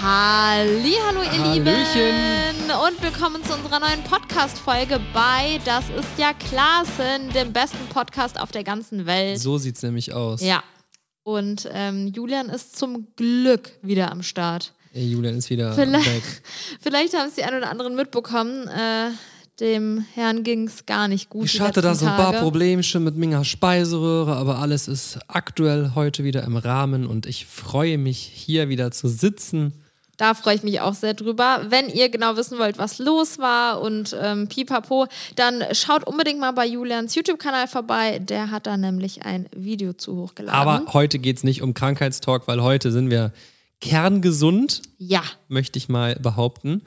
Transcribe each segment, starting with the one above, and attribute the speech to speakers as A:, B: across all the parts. A: Hallihallo, ihr
B: Hallöchen.
A: Lieben! Und willkommen zu unserer neuen Podcast-Folge bei Das ist ja Klassen, dem besten Podcast auf der ganzen Welt.
B: So sieht's nämlich aus.
A: Ja. Und ähm, Julian ist zum Glück wieder am Start.
B: Ey, Julian ist wieder
A: Vielleicht-
B: weg.
A: Vielleicht haben es die ein oder anderen mitbekommen. Äh, dem Herrn ging es gar nicht gut.
B: Ich
A: die
B: hatte da
A: letzten
B: so ein paar
A: Tage.
B: Problemchen mit meiner Speiseröhre, aber alles ist aktuell heute wieder im Rahmen und ich freue mich, hier wieder zu sitzen.
A: Da freue ich mich auch sehr drüber. Wenn ihr genau wissen wollt, was los war und ähm, pipapo, dann schaut unbedingt mal bei Julians YouTube-Kanal vorbei. Der hat da nämlich ein Video zu hochgeladen.
B: Aber heute geht's nicht um Krankheitstalk, weil heute sind wir kerngesund,
A: ja,
B: möchte ich mal behaupten.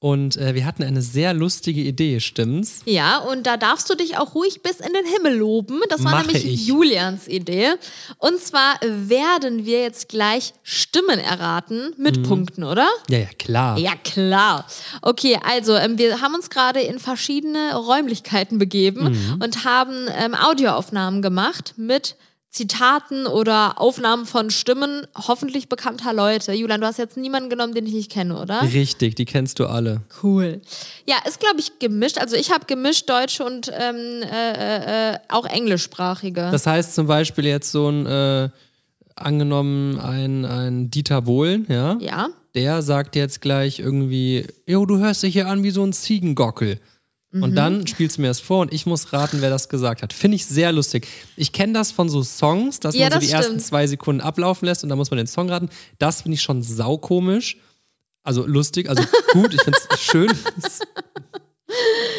B: Und äh, wir hatten eine sehr lustige Idee, stimmt's?
A: ja, und da darfst du dich auch ruhig bis in den Himmel loben. Das war
B: Mache
A: nämlich
B: ich.
A: Julians Idee. Und zwar werden wir jetzt gleich Stimmen erraten
B: Mhm.
A: mit Punkten, oder?
B: Ja, ja, klar.
A: Ja, klar. Okay, also ähm, wir haben uns gerade in verschiedene Räumlichkeiten begeben und haben ähm, Audioaufnahmen gemacht mit Zitaten oder Aufnahmen von Stimmen hoffentlich bekannter Leute. Julian, du hast jetzt niemanden genommen, den ich nicht kenne, oder?
B: Richtig, die kennst du alle.
A: Cool. Ja, ist, glaube ich, gemischt. Also ich habe gemischt Deutsche und ähm, äh, äh, äh, auch englischsprachige.
B: Das heißt zum Beispiel jetzt so ein, äh, angenommen, ein, ein Dieter Bohlen, ja?
A: ja.
B: Der sagt jetzt gleich irgendwie, jo, du hörst dich hier an wie so ein Ziegengockel.
A: Mhm.
B: Und dann spielst du mir das vor und ich muss raten, wer das gesagt hat. Finde ich sehr lustig. Ich kenne das von so Songs, dass
A: Ja,
B: man so
A: das
B: die ersten
A: stimmt.
B: zwei Sekunden ablaufen lässt und dann muss man den Song raten. Das finde ich schon saukomisch. Also lustig, also gut, ich finde es schön. Es-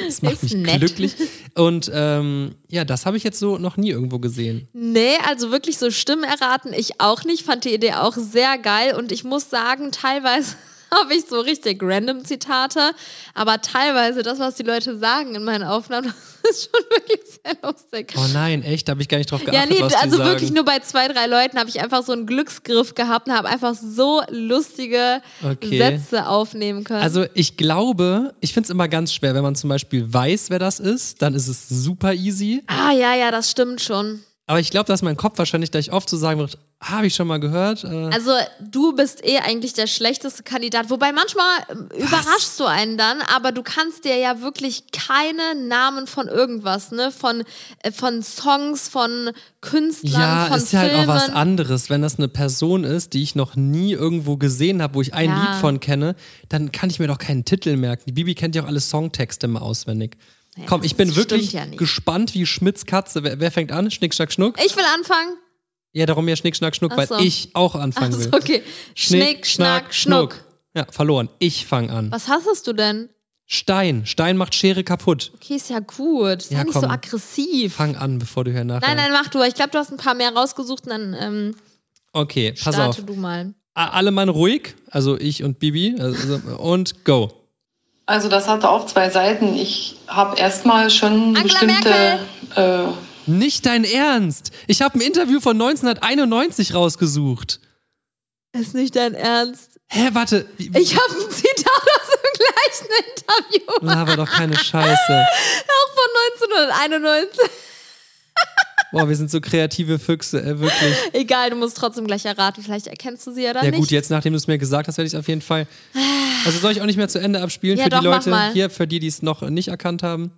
B: Es macht
A: Ist
B: mich
A: nett.
B: glücklich. Und ähm, ja, das habe ich jetzt so noch nie irgendwo gesehen.
A: Nee, also wirklich so Stimmen erraten, ich auch nicht. Fand die Idee auch sehr geil und ich muss sagen, teilweise habe ich so richtig random Zitate, aber teilweise das, was die Leute sagen in meinen Aufnahmen, das ist schon wirklich sehr lustig.
B: Oh nein, echt, da habe ich gar nicht drauf
A: Ja,
B: geachtet,
A: nee,
B: was die
A: also
B: sagen.
A: wirklich nur bei zwei, drei Leuten habe ich einfach so einen Glücksgriff gehabt und habe einfach so lustige
B: Okay.
A: Sätze aufnehmen können.
B: Also ich glaube, ich finde es immer ganz schwer, wenn man zum Beispiel weiß, wer das ist, dann ist es super easy.
A: ah, ja, ja, das stimmt schon.
B: Aber ich glaube, dass mein Kopf wahrscheinlich gleich oft so sagen wird, habe ich schon mal gehört. Äh,
A: Also du bist eh eigentlich der schlechteste Kandidat. Wobei manchmal ähm, überraschst du einen dann, aber du kannst dir ja wirklich keine Namen von irgendwas, ne? Von, äh, von Songs, von Künstlern,
B: ja,
A: von
B: ist ja
A: Filmen.
B: halt auch was anderes. Wenn das eine Person ist, die ich noch nie irgendwo gesehen habe, wo ich ein
A: Ja.
B: Lied von kenne, dann kann ich mir doch keinen Titel merken. Die Bibi kennt ja auch alle Songtexte immer auswendig. Komm, ich bin
A: das
B: wirklich
A: stimmt ja nicht.
B: gespannt wie Schmitz Katze. Wer, wer fängt an? Schnick, schnack, schnuck?
A: ich will anfangen.
B: Ja, darum ja Schnick, schnack, schnuck,
A: Ach
B: weil
A: so.
B: ich auch anfangen
A: Also,
B: will.
A: okay. Schnick, schnack, schnuck.
B: Ja, verloren. Ich fange an.
A: Was hassest du denn?
B: Stein. Stein macht Schere kaputt.
A: Okay, ist ja gut. Ist ja,
B: Ja,
A: nicht
B: komm.
A: so aggressiv.
B: Fang an, bevor du hier nachher.
A: Nein, nein, mach du. Ich glaube, du hast ein paar mehr rausgesucht und dann ähm,
B: Okay, pass
A: starte
B: auf.
A: du mal.
B: A- Alle Mann ruhig, also ich und Bibi. Also, und go.
C: Also das hatte auch zwei Seiten. Ich habe erstmal schon
A: Angela
C: bestimmte äh,
B: Nicht dein Ernst! Ich habe ein Interview von 1991 rausgesucht.
A: Ist nicht dein Ernst.
B: Hä, warte. wie-
A: Ich habe ein Zitat aus dem gleichen Interview.
B: Laber doch keine Scheiße.
A: Auch von 1991.
B: Boah, wir sind so kreative Füchse, äh, wirklich.
A: Egal, du musst trotzdem gleich erraten. Vielleicht erkennst du sie ja dann
B: Ja
A: nicht.
B: gut, jetzt nachdem du es mir gesagt hast, werde ich es auf jeden Fall. Also soll ich auch nicht mehr zu Ende abspielen
A: Ja,
B: für
A: doch,
B: die
A: mach
B: Leute
A: mal.
B: hier, für die, die es noch nicht erkannt haben.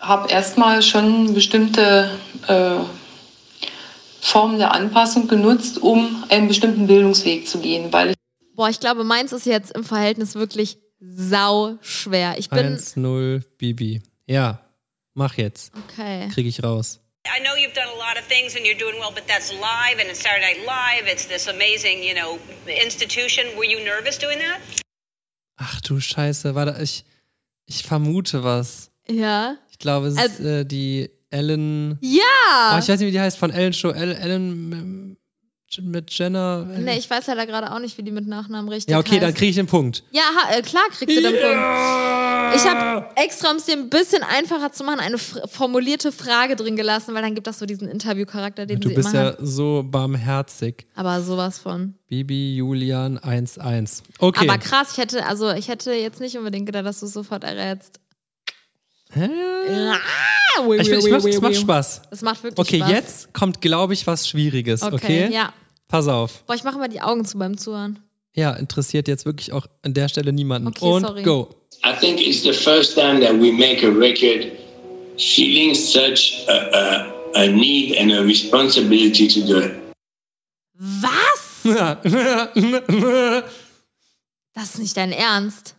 C: habe erstmal schon bestimmte äh, Formen der Anpassung genutzt, um einen bestimmten Bildungsweg zu gehen, weil ich
A: Boah, ich glaube, meins ist jetzt im Verhältnis wirklich sau schwer. Ich bin
B: 1-0 Bibi. Ja, mach jetzt.
A: okay.
B: Krieg ich raus.
D: I know you've done a lot of things and you're doing well, but that's live and it's Saturday Night Live. It's this amazing, you know, institution. Were you nervous doing that?
B: Ach du Scheiße, warte, ich, ich vermute was.
A: Ja.
B: Ich glaube, es
A: Also-
B: ist äh, die Ellen. Oh,
A: Ja.
B: ich weiß nicht, wie die heißt, von Ellen Show. El- Ellen ähm, mit Jenna.
A: nee, ich weiß ja da gerade auch nicht, wie die mit Nachnamen richtig
B: ja, okay, dann
A: heißt.
B: kriege ich den Punkt.
A: Ja, ha, äh, klar kriegst du den Punkt. Ich habe extra, um es dir ein bisschen einfacher zu machen, eine fr- formulierte Frage drin gelassen, weil dann gibt das so diesen Interviewcharakter, den
B: Du
A: sie
B: bist
A: immer
B: ja
A: haben.
B: so barmherzig.
A: Aber sowas von.
B: Bibi, Julian, 1-1. Okay.
A: Aber krass, ich hätte, also ich hätte jetzt nicht unbedingt gedacht, dass du es sofort errätst. Ah,
B: ich find, ich mach, es macht Spaß.
A: Das macht wirklich
B: Okay,
A: Spaß.
B: jetzt kommt, glaube ich, was Schwieriges. Okay,
A: ja.
B: Pass auf.
A: Boah, ich mache immer die Augen zu beim Zuhören.
B: Ja, interessiert jetzt wirklich auch an der Stelle niemanden.
A: Okay,
B: Und
A: sorry.
B: go.
E: I think it's the first time that we make a record feeling such a, a, a need and a responsibility to do it.
A: Was?
B: ja.
A: Das ist nicht dein Ernst.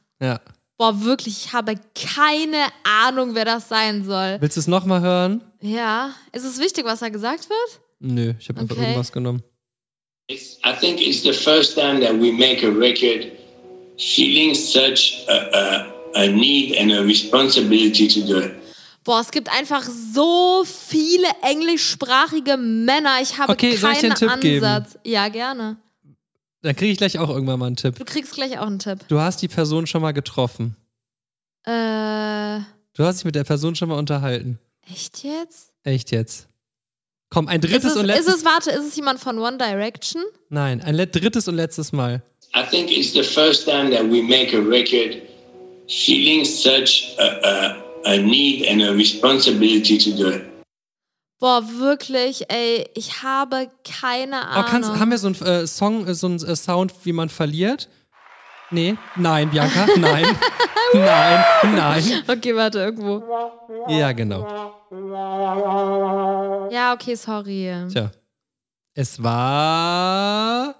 A: Boah, wirklich, ich habe keine Ahnung, wer das sein soll.
B: Willst du es nochmal hören?
A: Ja. Ist es wichtig, was da gesagt wird?
B: Nö, ich habe einfach
A: Okay.
B: irgendwas genommen.
E: It's, I think it's the first time that we make a record feeling such a, a, a need and a responsibility to do it.
A: Boah, es gibt einfach so viele englischsprachige Männer. Ich habe
B: Okay,
A: keinen
B: soll ich dir einen Tipp geben?
A: Ansatz. Ja, gerne.
B: Dann kriege ich gleich auch irgendwann mal einen Tipp.
A: Du kriegst gleich auch einen Tipp.
B: Du hast die Person schon mal getroffen.
A: Äh,
B: Du hast dich mit der Person schon mal unterhalten.
A: echt jetzt?
B: Echt jetzt. Komm, ein drittes
A: ist, es,
B: und
A: ist
B: letztes.
A: es, warte, ist es jemand von One Direction?
B: Nein, ein let- drittes und letztes Mal. Oh,
E: I think it's the first time that we make a record feeling such a, a, a need and a responsibility to do it.
A: Boah, wirklich, ey, ich habe keine
B: Oh,
A: Ahnung.
B: kannst, haben wir so einen äh, Song, äh, so einen äh, Sound, wie man verliert? Nee, nein, Bianca, nein. nein, nein.
A: okay, warte, irgendwo.
B: Ja, genau.
A: Ja, okay, sorry.
B: Tja. Es war.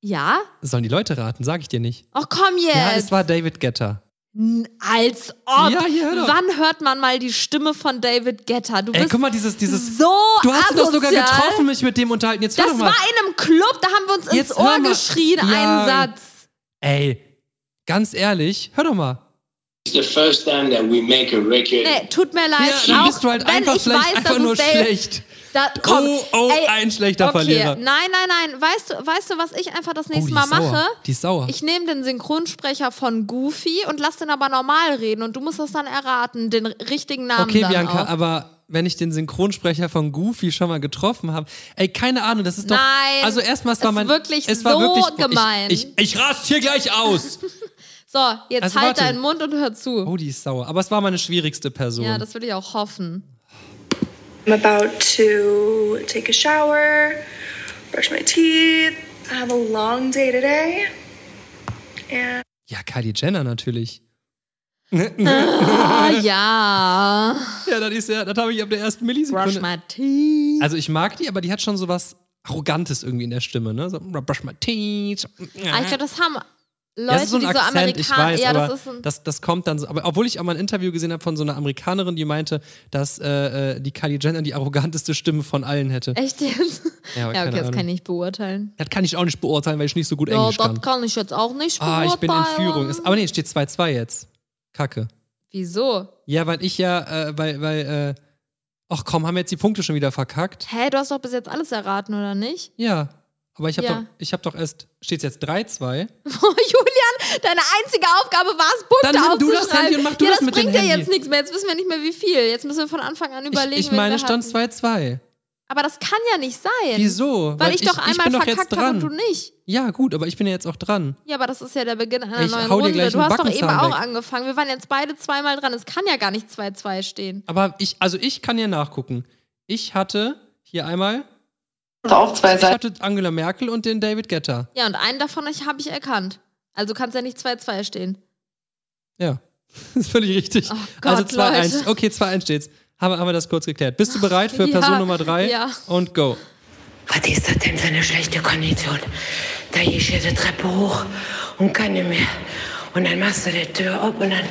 A: Ja?
B: Sollen die Leute raten? Sag ich dir nicht.
A: Ach komm jetzt.
B: Ja, es war David Guetta.
A: N- Als ob.
B: Ja, hier, hör doch.
A: Wann hört man mal die Stimme von David Guetta? Du
B: Ey,
A: bist
B: guck mal, dieses, dieses.
A: so
B: du hast ihn doch sogar
A: asozial.
B: getroffen, mich mit dem unterhalten. Jetzt hör
A: Das
B: doch mal.
A: war in einem Club, da haben wir uns
B: Jetzt
A: ins
B: hör
A: Ohr
B: mal.
A: geschrien,
B: Ja.
A: einen Satz.
B: Ey, ganz ehrlich, hör doch mal.
E: It's the first time that we make a record.
A: Nee, tut mir leid.
B: Ja, dann
A: auch
B: bist du halt
A: wenn
B: einfach
A: ich
B: vielleicht
A: weiß,
B: einfach
A: dass
B: nur
A: es Dave-
B: schlecht.
A: Da, komm,
B: Oh, oh,
A: ey,
B: ein schlechter
A: okay.
B: Verlierer.
A: Nein, nein, nein. Weißt du, weißt du, was ich einfach das
B: Oh, die
A: nächste
B: ist
A: Mal
B: sauer.
A: mache?
B: Die ist sauer.
A: Ich nehme den Synchronsprecher von Goofy und lass den aber normal reden und du musst das dann erraten, den richtigen Namen
B: okay,
A: dann
B: Bianca,
A: auch.
B: aber wenn ich den Synchronsprecher von Goofy schon mal getroffen habe. Ey, keine Ahnung, das ist doch.
A: Nein,
B: also erstmal, es war
A: ist
B: mein.
A: wirklich
B: es war
A: so
B: wirklich, ich-
A: gemein.
B: Ich, ich, raste hier gleich aus.
A: So, jetzt
B: Also
A: halt
B: warte.
A: deinen Mund und hör zu.
B: oh, die ist sauer. Aber es war meine schwierigste Person.
A: ja, das will ich auch hoffen.
F: I'm about to take a shower, brush my teeth. I have a long day today. And
B: ja Kylie Jenner natürlich. Äh.
A: Ah ja.
B: Ja, das ist ja, das habe ich ab der ersten
A: Brush
B: Millisekunde.
A: my teeth.
B: Also ich mag die, aber die hat schon so was Arrogantes irgendwie in der Stimme, ne? So, brush my teeth.
A: Ah, ich glaube, das haben Leute,
B: Ja, das ist so ein
A: die so
B: Akzent,
A: Amerikaner.
B: ich weiß,
A: ja,
B: aber
A: das ist ein.
B: das, das kommt dann so. Aber obwohl ich auch mal ein Interview gesehen habe von so einer Amerikanerin, die meinte, dass äh, äh, die Kylie Jenner die arroganteste Stimme von allen hätte.
A: echt jetzt?
B: Ja,
A: Ja, okay,
B: aber keine
A: das
B: Ahnung.
A: kann ich beurteilen.
B: Das kann ich auch nicht beurteilen, weil ich nicht so gut
A: Ja,
B: Englisch
A: das
B: kann.
A: kann ich jetzt auch nicht
B: Ah,
A: beurteilen.
B: ich bin in Führung. Ist, aber nee, steht 2-2 jetzt. Kacke.
A: Wieso?
B: Ja, weil ich ja, äh, weil, weil, äh, ach komm, haben wir jetzt die Punkte schon wieder verkackt?
A: Hä, du hast doch bis jetzt alles erraten, oder nicht?
B: Ja. Aber ich habe
A: Ja.
B: doch, ich habe doch erst, steht's jetzt 3-2?
A: Boah, Julian, deine einzige Aufgabe war es, Punkte
B: Dann nimm du das
A: aufzuschreiben.
B: Handy und mach du
A: ja,
B: das
A: das
B: mit dem
A: bringt ja
B: Handy.
A: jetzt nichts mehr. Jetzt wissen wir nicht mehr, wie viel. Jetzt müssen wir von Anfang an
B: Ich,
A: überlegen.
B: ich
A: wen
B: meine,
A: wir
B: stand
A: hatten.
B: 2-2.
A: Aber das kann ja nicht sein.
B: Wieso?
A: Weil, ich doch einmal
B: bin doch jetzt
A: verkackt habe
B: dran.
A: und du nicht.
B: Ja, gut, aber ich bin ja jetzt auch dran.
A: Ja, aber das ist ja der Beginn einer
B: Ich
A: neuen
B: hau dir
A: Runde.
B: gleich
A: du
B: einen
A: hast doch eben
B: Backenzahn
A: auch
B: weg.
A: angefangen. Wir waren jetzt beide zweimal dran. Es kann ja gar nicht 2-2 stehen.
B: Aber ich, also ich kann ja nachgucken. Ich hatte hier einmal,
C: Auf zwei
B: ich hatte Angela Merkel und den David Guetta.
A: Ja, und einen davon ich- habe ich erkannt. Also kann es ja nicht 2-2 stehen.
B: Ja, das ist völlig richtig.
A: Oh Gott,
B: also 2-1.
A: Leute.
B: Okay, 2-1 steht's. Haben, haben wir das kurz geklärt. Bist du bereit für
A: Ja,
B: Person Nummer 3?
A: ja.
B: Und go.
G: Was ist das denn für eine schlechte Kondition? Da gehst du die Treppe hoch und kann nicht mehr. Und dann machst du die Tür auf und dann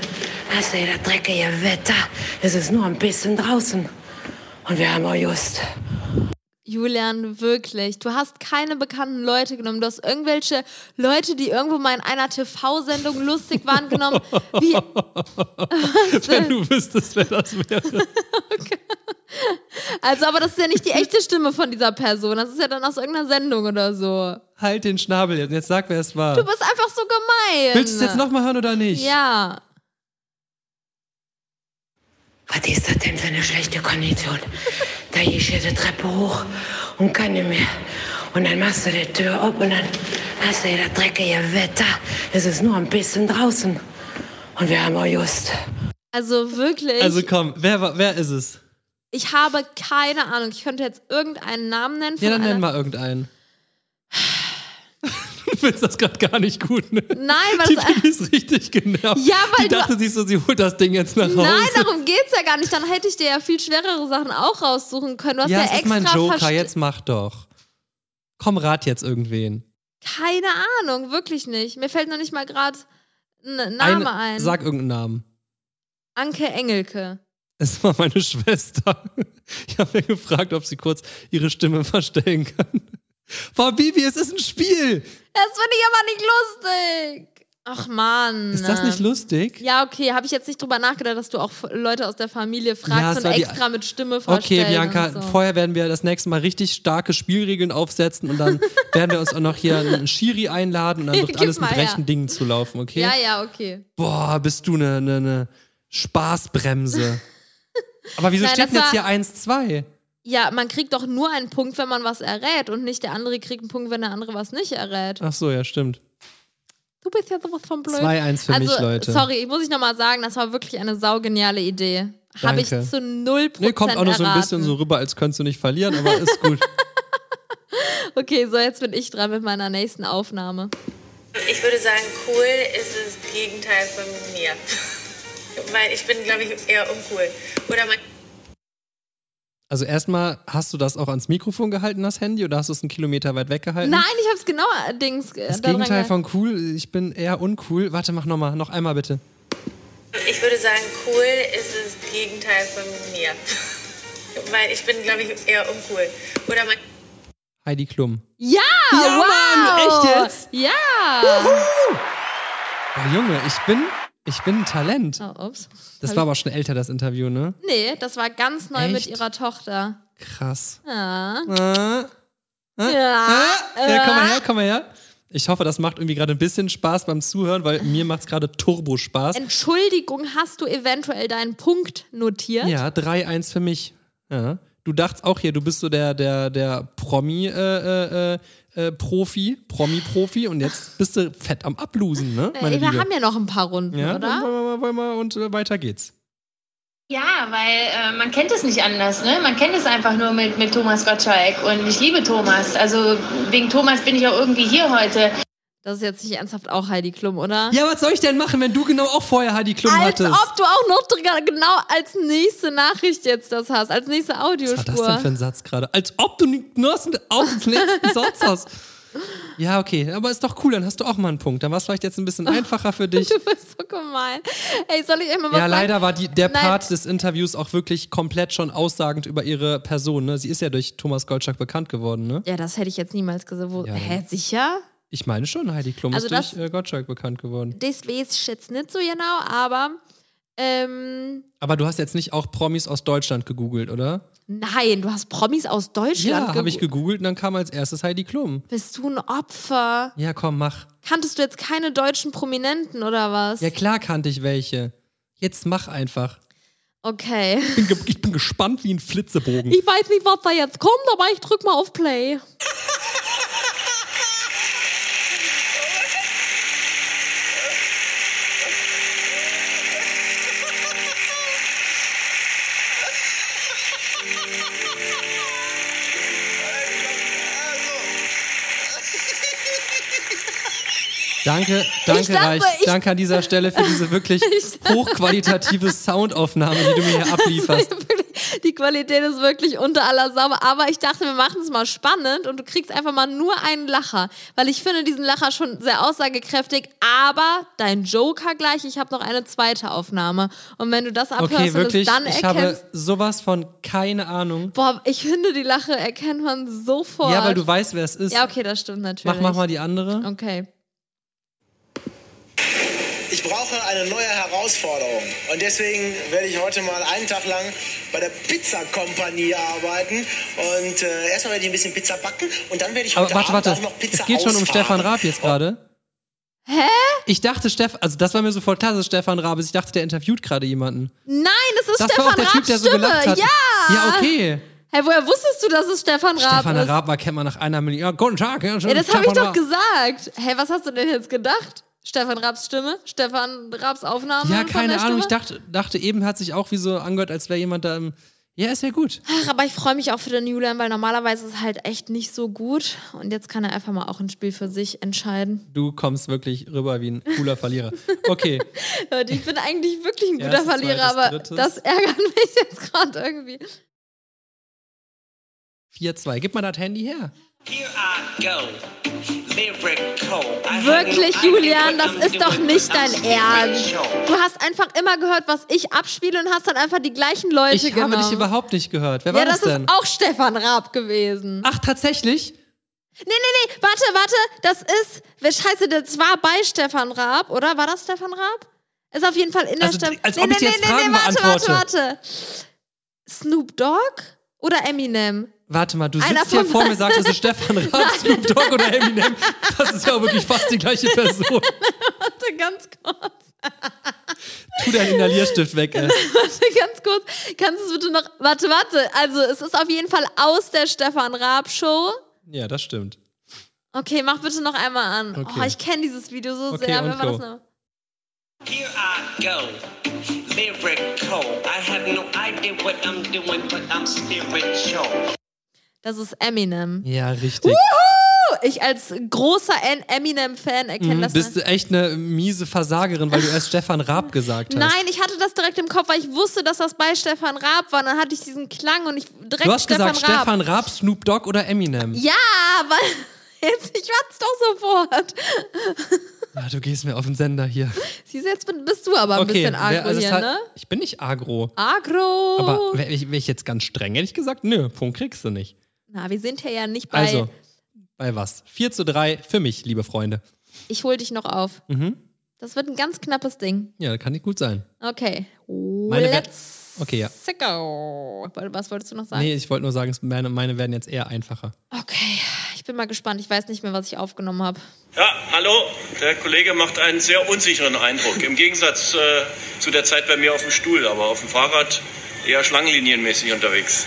G: hast du hier das dreckige Wetter. Es ist nur ein bisschen draußen. Und wir haben auch just.
A: Julian, wirklich. Du hast keine bekannten Leute genommen. Du hast irgendwelche Leute, die irgendwo mal in einer TV-Sendung lustig waren, genommen. Wie,
B: Wenn du wüsstest, wer das wäre.
A: also, aber das ist ja nicht die echte Stimme von dieser Person. Das ist ja dann aus irgendeiner Sendung oder so.
B: halt den Schnabel jetzt. Jetzt sag, wer es war.
A: Du bist einfach so gemein.
B: Willst du es jetzt nochmal hören oder nicht?
A: Ja.
G: Was ist das denn für eine schlechte Kondition? Da gehst du die Treppe hoch und kann nicht mehr. Und dann machst du die Tür auf und dann hast du hier das dreckige Wetter. Es ist nur ein bisschen draußen. Und wir haben auch just.
A: Also wirklich.
B: Also komm, wer, war- wer ist es?
A: Ich habe keine Ahnung. Ich könnte jetzt irgendeinen Namen nennen. Von
B: Ja, dann
A: einer
B: nenn mal irgendeinen. findest das gerade gar nicht gut, ne?
A: Nein, weil
B: Die
A: das-
B: Bibi ist richtig genervt.
A: Ja, weil
B: Die
A: du-
B: dachte sich so, sie holt das Ding jetzt nach Hause.
A: Nein, darum geht's ja gar nicht. Dann hätte ich dir ja viel schwerere Sachen auch raussuchen können. Du hast ja,
B: ja, es ist
A: extra
B: mein Joker,
A: verste-
B: jetzt mach doch. Komm, rat jetzt irgendwen.
A: Keine Ahnung, wirklich nicht. Mir fällt noch nicht mal gerade ein Name ein.
B: Sag irgendeinen Namen.
A: Anke Engelke.
B: Es war meine Schwester. Ich habe mir gefragt, ob sie kurz ihre Stimme verstellen kann. Boah, Bibi, es ist ein
A: Das
B: Spiel.
A: finde ich aber nicht lustig. Ach Mann.
B: Ist das nicht lustig?
A: Ja, okay, habe ich jetzt nicht drüber nachgedacht, dass du auch Leute aus der Familie
B: Ja, es
A: fragst
B: war
A: und
B: die-
A: extra mit Stimme
B: Okay,
A: verstellen
B: Bianca,
A: und so.
B: vorher werden wir das nächste Mal richtig starke Spielregeln aufsetzen und dann werden wir uns auch noch hier einen Schiri einladen und dann wird
A: Gib
B: alles
A: mal
B: mit
A: her.
B: rechten Dingen zu laufen, okay?
A: Ja, ja, okay.
B: Boah, bist du eine ne, ne Spaßbremse. Aber wieso
A: Nein,
B: steht denn jetzt
A: das
B: hier
A: war-
B: 1-2?
A: Ja, man kriegt doch nur einen Punkt, wenn man was errät und nicht der andere kriegt einen Punkt, wenn der andere was nicht errät.
B: Ach so, ja, stimmt.
A: Du bist ja sowas von blöd.
B: 2-1 für
A: also,
B: mich, Leute.
A: Sorry, ich muss ich nochmal sagen, das war wirklich eine saugeniale Idee. Habe ich
B: Danke.
A: zu 0%
B: Nee, kommt auch noch so ein
A: erraten.
B: bisschen so rüber, als könntest du nicht verlieren, aber ist gut.
A: Okay, so jetzt bin ich dran mit meiner nächsten Aufnahme.
H: Ich würde sagen, cool ist das Gegenteil von mir. Weil ich bin, glaube ich, eher uncool. Oder man
B: Also erstmal, hast du das auch ans Mikrofon gehalten, das Handy, oder hast du es einen Kilometer weit weggehalten?
A: Nein, ich habe es genau äh, Dings. äh,
B: Das
A: daran
B: Gegenteil
A: gehalten.
B: von cool, ich bin eher uncool. Warte, mach nochmal, noch einmal bitte.
H: ich würde sagen, cool ist das Gegenteil von mir. Weil ich bin, glaube ich, eher uncool. Oder man
B: Heidi Klum.
A: Ja!
B: Ja,
A: Ah, wow!
B: Mann, echt jetzt?
A: Ja!
B: Ja, Junge, ich bin, ich bin ein Talent.
A: Oh, ups.
B: Das war aber schon älter, das Interview, ne?
A: Nee, das war ganz neu mit
B: Echt?
A: ihrer Tochter.
B: Krass.
A: Ja.
B: Ah.
A: Ja.
B: Ja, komm mal
A: äh.
B: her, komm mal her. Ich hoffe, das macht irgendwie gerade ein bisschen Spaß beim Zuhören, weil mir macht es gerade Turbo Spaß.
A: Entschuldigung, hast du eventuell deinen Punkt notiert?
B: Ja, 3-1 für mich. Ja. Du dachtest auch hier, du bist so der, der, der Promi, äh, äh, äh, Profi, Promi-Profi und jetzt bist du fett am Ablusen, ne? Meine
A: Ey, Äh, wir
B: Liebe?
A: haben ja noch ein paar Runden,
B: ja,
A: oder?
B: dann wollen wir, wollen wir und äh, weiter geht's.
I: Ja, weil äh, man kennt es nicht anders, ne? Man kennt es einfach nur mit, mit Thomas Gottschalk und ich liebe Thomas. Also wegen Thomas bin ich auch irgendwie hier heute.
A: Das ist jetzt nicht ernsthaft auch Heidi Klum, oder?
B: Ja, was soll ich denn machen, wenn du genau auch vorher Heidi Klum
A: Als
B: hattest?
A: ob du auch noch dr- genau als nächste Nachricht jetzt das hast, als nächste
B: was war das denn für
A: Audiospur.
B: ein Satz gerade? Als ob du nicht nur aus dem letzten Satz hast. Ja, okay, aber ist doch cool, dann hast du auch mal einen Punkt. Dann war es vielleicht jetzt ein bisschen einfacher für dich.
A: Du bist so gemein. Ey, soll ich euch mal was
B: Ja,
A: sagen?
B: leider war die, der
A: Nein.
B: Part des Interviews auch wirklich komplett schon aussagend über ihre Person. Ne? Sie ist ja durch Thomas Goldschlag bekannt geworden, ne?
A: Ja, das hätte ich jetzt niemals gesagt. Wo,
B: Ja,
A: hä, sicher?
B: Ich meine schon, Heidi Klum
A: Also
B: ist
A: das-
B: durch äh, Goldschlag bekannt geworden.
A: Das weiß ich jetzt nicht so genau, aber ähm,
B: Aber du hast jetzt nicht auch Promis aus Deutschland gegoogelt, oder?
A: nein, du hast Promis aus Deutschland
B: Ja, habe ich
A: gegoo-
B: gegoogelt und dann kam als erstes Heidi Klum.
A: Bist du ein Opfer?
B: Ja, komm, mach.
A: Kanntest du jetzt keine deutschen Prominenten oder was?
B: Ja, klar kannte ich welche. Jetzt mach einfach.
A: Okay.
B: Ich bin, ge- ich bin gespannt wie ein Flitzebogen.
A: Ich weiß nicht, was da jetzt kommt, aber ich drück mal auf Play.
B: Danke, danke,
A: dachte,
B: Reich.
A: ich-
B: Danke an dieser Stelle für diese wirklich hochqualitative Soundaufnahme, die du mir hier ablieferst.
A: Die Qualität ist wirklich unter aller Sau, aber ich dachte, wir machen es mal spannend und du kriegst einfach mal nur einen Lacher, weil ich finde diesen Lacher schon sehr aussagekräftig, aber dein Joker gleich, ich habe noch eine zweite Aufnahme und wenn du das abhörst
B: Okay,
A: und es
B: wirklich,
A: dann
B: ich habe
A: erkennst,
B: sowas von keine Ahnung.
A: boah, ich finde die Lache erkennt man sofort.
B: Ja, weil du weißt, wer es ist.
A: Ja, okay, das stimmt natürlich.
B: mach, mach mal die andere.
A: Okay.
J: Ich brauche eine neue Herausforderung. Und deswegen werde ich heute mal einen Tag lang bei der Pizzakompanie arbeiten. Und äh, erstmal werde ich ein bisschen Pizza backen und dann werde ich
B: Aber
J: heute
B: warte,
J: Abend
B: warte.
J: auch noch Pizza
B: Es geht schon um
J: ausfahren.
B: Stefan Raab jetzt gerade. Hä? Ich dachte, Stefan, also das war mir sofort klar, dass es Stefan Raab ist. Ich dachte, der interviewt gerade jemanden.
A: Nein, es ist
B: Das
A: Stefan
B: war auch der
A: Raabs
B: Typ, der so
A: Stimme.
B: gelacht hat.
A: Ja.
B: Ja, okay.
A: Hey, woher wusstest du, dass es Stefan Raab
B: Stefan
A: ist?
B: Raab war, kennt man nach einer Million. Ja, guten Tag.
A: Ja,
B: Ja,
A: das habe ich
B: Stefan
A: doch
B: Raab.
A: gesagt. Hey, was hast du denn jetzt gedacht? Stefan Raabs Stimme? Stefan Raabs Aufnahme?
B: Ja,
A: von
B: keine
A: der
B: Ahnung. Ich
A: Stimme?
B: dachte, dachte eben, hat sich auch wie so angehört, als wäre jemand da im, Ja, ist ja gut.
A: Ach, aber ich freue mich auch für den Julian, weil normalerweise ist es halt echt nicht so gut. Und jetzt kann er einfach mal auch ein Spiel für sich entscheiden.
B: Du kommst wirklich rüber wie ein cooler Verlierer. Okay,
A: Leute, ich bin eigentlich wirklich ein guter
B: Erstes,
A: Verlierer,
B: zweites,
A: aber
B: drittes.
A: das ärgert mich jetzt gerade irgendwie.
B: 4-2. Gib mal das Handy her.
K: Here I go. Lyrical.
L: Also,
K: I
A: Wirklich,
K: have no
A: Julian,
K: idea
A: das
K: what I'm
A: ist doch
K: doing,
A: nicht
K: but I'm
A: dein Ernst.
L: also,
K: spiritual.
A: Du hast einfach immer gehört, was ich abspiele und hast dann einfach die gleichen Leute
B: Ich
A: genommen.
B: habe dich überhaupt nicht gehört. Wer
A: ja,
B: war
A: das
B: genau. das denn?
A: ist auch Stefan Raab gewesen.
B: Ach, tatsächlich?
A: Nee, nee, nee, warte, warte, das ist, wer scheiße, das war bei Stefan Raab, oder? War das Stefan Raab? Ist auf jeden Fall in der
B: Also,
A: Stefan.
B: als ob ich dir jetzt Fragen
A: warte, warte,
B: beantworte.
A: warte. Snoop Dogg oder Eminem?
B: Warte mal, du
A: Einer
B: sitzt hier
A: von
B: vor mir, sagst, das ist Stefan Raab, Snoop Dogg oder Eminem. Das ist ja auch wirklich fast die gleiche Person.
A: Warte, ganz kurz.
B: Tu deinen Inhalierstift weg, ey.
A: Warte, ganz kurz. Kannst du es bitte noch. Warte, warte. Also, es ist auf jeden Fall aus der Stefan Raab Show.
B: Ja, das stimmt.
A: Okay, mach bitte noch einmal an. Oh,
B: Okay.
A: ich kenne dieses Video so
B: Okay,
A: sehr.
B: und
A: Wer war das
B: go.
A: noch?
K: Here I go. Lyrical. I have no idea what I'm doing, but I'm spiritual.
A: Das ist Eminem.
B: Uh, Ja, richtig.
A: Wuhu! Ich als großer En- Eminem-Fan erkenne
B: Mhm,
A: das.
B: bist du echt eine miese Versagerin, weil du erst Stefan Raab gesagt hast.
A: Nein, ich hatte das direkt im Kopf, weil ich wusste, dass das bei Stefan Raab war. Dann hatte ich diesen Klang und ich direkt
B: Du hast
A: Stefan
B: gesagt,
A: Raab.
B: Stefan Raab, Snoop Dogg oder Eminem.
A: Ja, weil jetzt, ich warte doch sofort.
B: Ah, du gehst mir auf den Sender hier.
A: Siehst du, jetzt bin- bist du aber ein
B: okay,
A: bisschen
B: wer-
A: agro
B: also es
A: hier,
B: hat-
A: ne?
B: Ich bin nicht agro.
A: Agro.
B: Aber wäre ich, wär ich jetzt ganz streng, hätte ich gesagt, nö, Punkt kriegst du nicht.
A: Na, wir sind hier ja nicht bei.
B: Also, bei was? 4 zu 3 für mich, liebe Freunde.
A: Ich hol dich noch auf.
B: Mhm.
A: Das wird ein ganz knappes Ding.
B: Ja, kann nicht gut sein.
A: Okay.
B: Meine Wett-
A: Let's
B: Okay, ja.
A: go. Was wolltest du noch sagen?
B: Nee, ich wollte nur sagen, es- meine, meine werden jetzt eher einfacher.
A: Okay, ich bin mal gespannt. Ich weiß nicht mehr, was ich aufgenommen habe.
M: Ja, hallo. Der Kollege macht einen sehr unsicheren Eindruck. Im Gegensatz äh, zu der Zeit bei mir auf dem Stuhl, aber auf dem Fahrrad eher schlangenlinienmäßig unterwegs.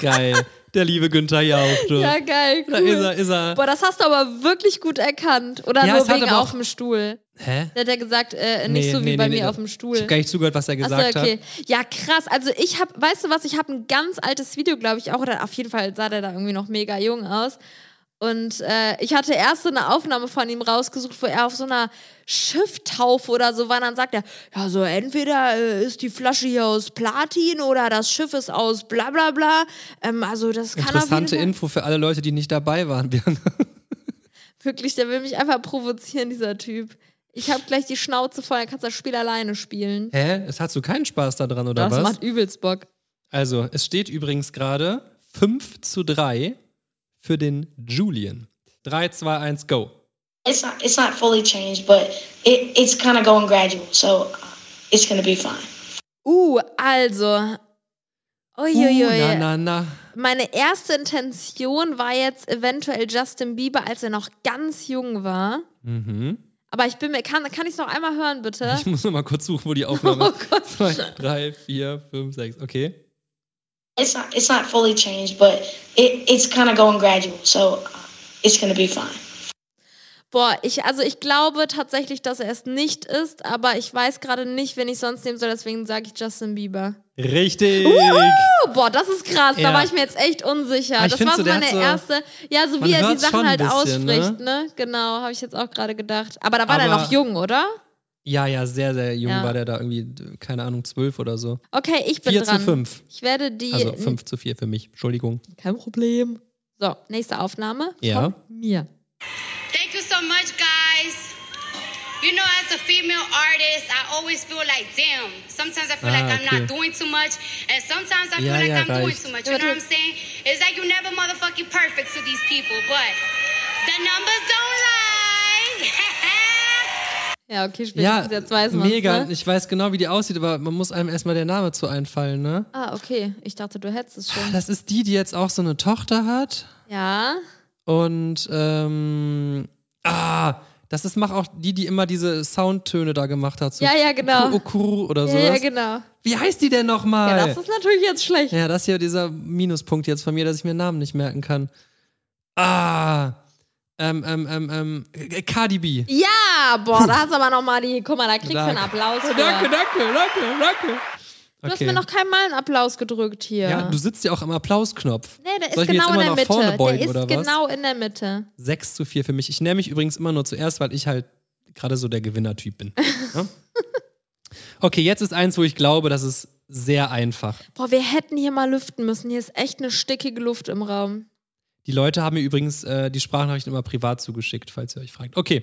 B: Geil. Der liebe Günther Jauch, du.
A: Ja, geil. Cool.
B: Da ist er, ist er.
A: Boah, das hast du aber wirklich gut erkannt. Oder
B: Ja, es
A: nur
B: hat
A: wegen
B: aber auch-
A: auf dem Stuhl.
B: Hä?
A: Da hat er gesagt, äh, nicht
B: Nee,
A: so wie
B: nee,
A: bei
B: nee,
A: mir
B: nee,
A: auf dem Stuhl.
B: Ich habe gar nicht zugehört, was er
A: Ach so,
B: gesagt
A: okay.
B: hat.
A: Ja, krass. Also ich habe, weißt du was, ich habe ein ganz altes Video, glaube ich, auch. Oder auf jeden Fall sah der da irgendwie noch mega jung aus. Und äh, ich hatte erst so eine Aufnahme von ihm rausgesucht, wo er auf so einer Schifftaufe oder so war. Und dann sagt er, ja, so entweder äh, ist die Flasche hier aus Platin oder das Schiff ist aus bla bla bla. Ähm, also das kann auf jeden
B: Interessante
A: Fall...
B: Info für alle Leute, die nicht dabei waren.
A: Wirklich, der will mich einfach provozieren, dieser Typ. Ich habe gleich die Schnauze voll, dann kannst du das Spiel alleine spielen.
B: Hä? Es hast du keinen Spaß daran, oder
A: das
B: was?
A: macht übelst Bock.
B: Also, es steht übrigens gerade 5 zu 3 für den Julian. 3, 2, 1, go.
N: It's not it's not fully changed, but it, it's kind of going gradual, so it's gonna be fine.
A: Uh, also. Uiuiui.
B: Uh, na, na, na.
A: Meine erste Intention war jetzt eventuell Justin Bieber, als er noch ganz jung war.
B: Mhm.
A: Aber ich bin mir, kann, kann ich es noch einmal hören, bitte?
B: Ich muss noch mal kurz suchen, wo die Aufnahme
A: Oh Gott.
B: 2, 3, 4, 5, 6. Okay.
N: It's not it's not fully changed, but it, it's kind of going gradual, so it's gonna be fine.
A: Boah, ich, also ich glaube tatsächlich, dass er es nicht ist, aber ich weiß gerade nicht, wen ich sonst nehmen soll, deswegen sage ich Justin Bieber.
B: Richtig.
A: Wuhu! Boah, das ist krass.
B: Ja.
A: Da war ich mir jetzt echt unsicher.
B: Ah, ich
A: das
B: find
A: war
B: so,
A: so
B: der
A: meine
B: hat so-
A: erste. Ja, so
B: Man
A: wie er die
B: hört's schon
A: Sachen
B: ein
A: halt
B: bisschen,
A: ausspricht, ne? Genau, habe ich jetzt auch gerade gedacht. Aber da war der
B: Aber-
A: noch jung, oder?
B: Ja, ja, sehr, sehr jung
A: Ja.
B: war der da irgendwie, keine Ahnung, 12 oder so.
A: Okay, ich bin
B: 4
A: dran.
B: zu 5.
A: Ich werde die.
B: Also 5 zu 4 für mich. Entschuldigung.
A: Kein Problem. So, nächste Aufnahme.
B: Ja.
A: Von mir.
L: Thank you so much, guys. You know, as a female artist, I always feel like, damn, sometimes I feel like
O: Ah,
L: I'm
O: okay.
L: not doing too much, and sometimes I feel
O: Ja,
L: like
O: ja,
L: I'm doing
O: reicht.
L: too much. You know what I'm saying? It's like you're never motherfucking perfect to these people, but the numbers don't lie.
A: Ja, okay,
B: Ja,
A: spätestens jetzt weiß man
B: mega.
A: Ne?
B: Ich weiß genau, wie die aussieht, aber man muss einem erstmal der Name zu einfallen, ne?
A: Ah, okay. Ich dachte, du hättest es schon.
B: Das ist die, die jetzt auch so eine Tochter hat.
A: Ja.
B: Und ähm, ah, das ist mach auch die, die immer diese Soundtöne da gemacht hat. So
A: Ja, ja, genau.
B: Okuru oder
A: ja,
B: sowas.
A: ja, genau.
B: Wie heißt die denn nochmal?
A: Ja, das ist natürlich jetzt schlecht.
B: Ja, das hier dieser Minuspunkt jetzt von mir, dass ich mir Namen nicht merken kann. Ah. Ähm, ähm, ähm, ähm, äh, Cardi B.
A: Ja, boah, da hast du aber nochmal die. Guck mal, da kriegst du einen
B: Danke.
A: Applaus. Für.
B: Danke, danke, danke, danke.
A: Du hast
B: genau. Okay.
A: mir noch keinmal einen Applaus gedrückt hier.
B: Ja, du sitzt ja auch am Applausknopf.
A: nee, der
B: Soll
A: ist
B: ich mich jetzt
A: genau in
B: immer
A: der
B: nach
A: Mitte.
B: vorne beugen,
A: der ist
B: oder was?
A: genau in der Mitte.
B: 6 zu 4 für mich. Ich nehme mich übrigens immer nur zuerst, weil ich halt gerade so der Gewinnertyp bin. Ja? Okay, jetzt ist eins, wo ich glaube, das ist sehr einfach.
A: Boah, wir hätten hier mal lüften müssen. Hier ist echt eine stickige Luft im Raum.
B: Die Leute haben mir übrigens äh, die Sprachnachrichten immer privat zugeschickt, falls ihr euch fragt. Okay,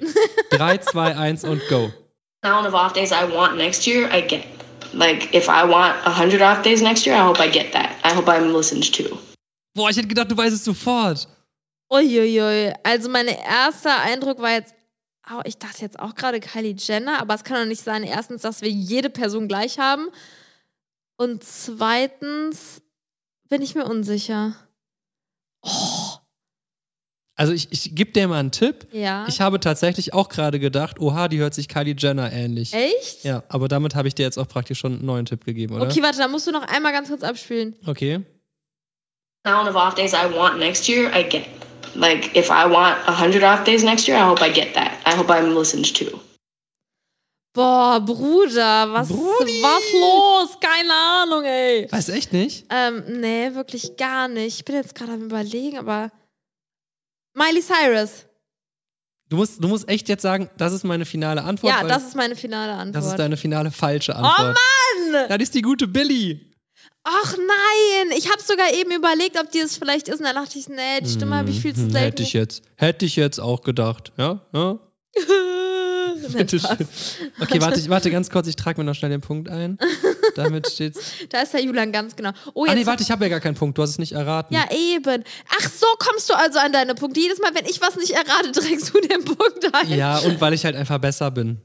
B: 3, 2, 1 und go.
O: amount of off days I want next year, I get. Like, if I want 100 off days next year, I hope I get that. I hope I'm listened to.
B: Boah, ich hätte gedacht, du weißt es sofort.
A: Uiuiui. Also mein erster Eindruck war jetzt, oh, ich dachte jetzt auch gerade Kylie Jenner, aber es kann doch nicht sein, erstens, dass wir jede Person gleich haben und zweitens bin ich mir unsicher.
B: Also ich, ich gebe dir mal einen Tipp.
A: Ja.
B: Ich habe tatsächlich auch gerade gedacht, oha, die hört sich Kylie Jenner ähnlich.
A: Echt?
B: Ja, aber damit habe ich dir jetzt auch praktisch schon einen neuen Tipp gegeben, oder?
A: Okay, warte, da musst du noch einmal ganz kurz abspielen.
B: Okay.
O: Amount of off days I want next year, I get. Like, if I want 100 off days next year, I hope I get that. I hope I'm listened to.
A: Boah, Bruder, was, was los? Keine Ahnung, ey.
B: Weiß echt nicht?
A: Ähm, nee, wirklich gar nicht. Ich bin jetzt gerade am überlegen, aber Miley Cyrus.
B: Du musst, du musst echt jetzt sagen, das ist meine finale Antwort.
A: ja,
B: weil
A: das ist meine finale Antwort.
B: das ist deine finale falsche Antwort.
A: Oh Mann!
B: Das ist die gute Billy.
A: Ach nein, ich habe sogar eben überlegt, ob die es vielleicht ist. Und dann dachte ich, nee, die Stimme habe ich viel zu
B: Hm,
A: selten.
B: Hätte ich jetzt, hätte ich jetzt auch gedacht. Ja, ja. Bitte schön. Okay, warte, ich warte ganz kurz, ich trage mir noch schnell den Punkt ein. Damit steht's.
A: Da ist der Julian ganz genau. Oh,
B: ah
A: jetzt
B: nee, warte, ich habe ja gar keinen Punkt, du hast es nicht erraten.
A: ja, eben. Ach, so kommst du also an deine Punkte. Jedes Mal, wenn ich was nicht errate, trägst du den Punkt ein.
B: Ja, und weil ich halt einfach besser bin.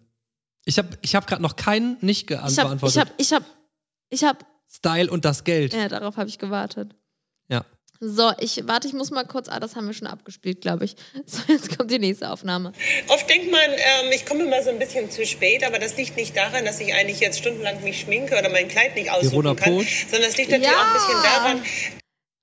B: Ich habe ich hab gerade noch keinen nicht geantwortet.
A: ich habe, ich habe, ich habe, ich habe,
B: Style und das Geld.
A: ja, darauf habe ich gewartet.
B: Ja.
A: So, ich warte, ich muss mal kurz, ah, das haben wir schon abgespielt, glaube ich. So, jetzt kommt die nächste Aufnahme.
P: Oft denkt man, ähm, ich komme immer so ein bisschen zu spät, aber das liegt nicht daran, dass ich eigentlich jetzt stundenlang mich schminke oder mein Kleid nicht
B: Verona
P: aussuchen kann,
B: Poth?
P: sondern es liegt natürlich
A: Ja.
P: auch ein bisschen daran,
B: ja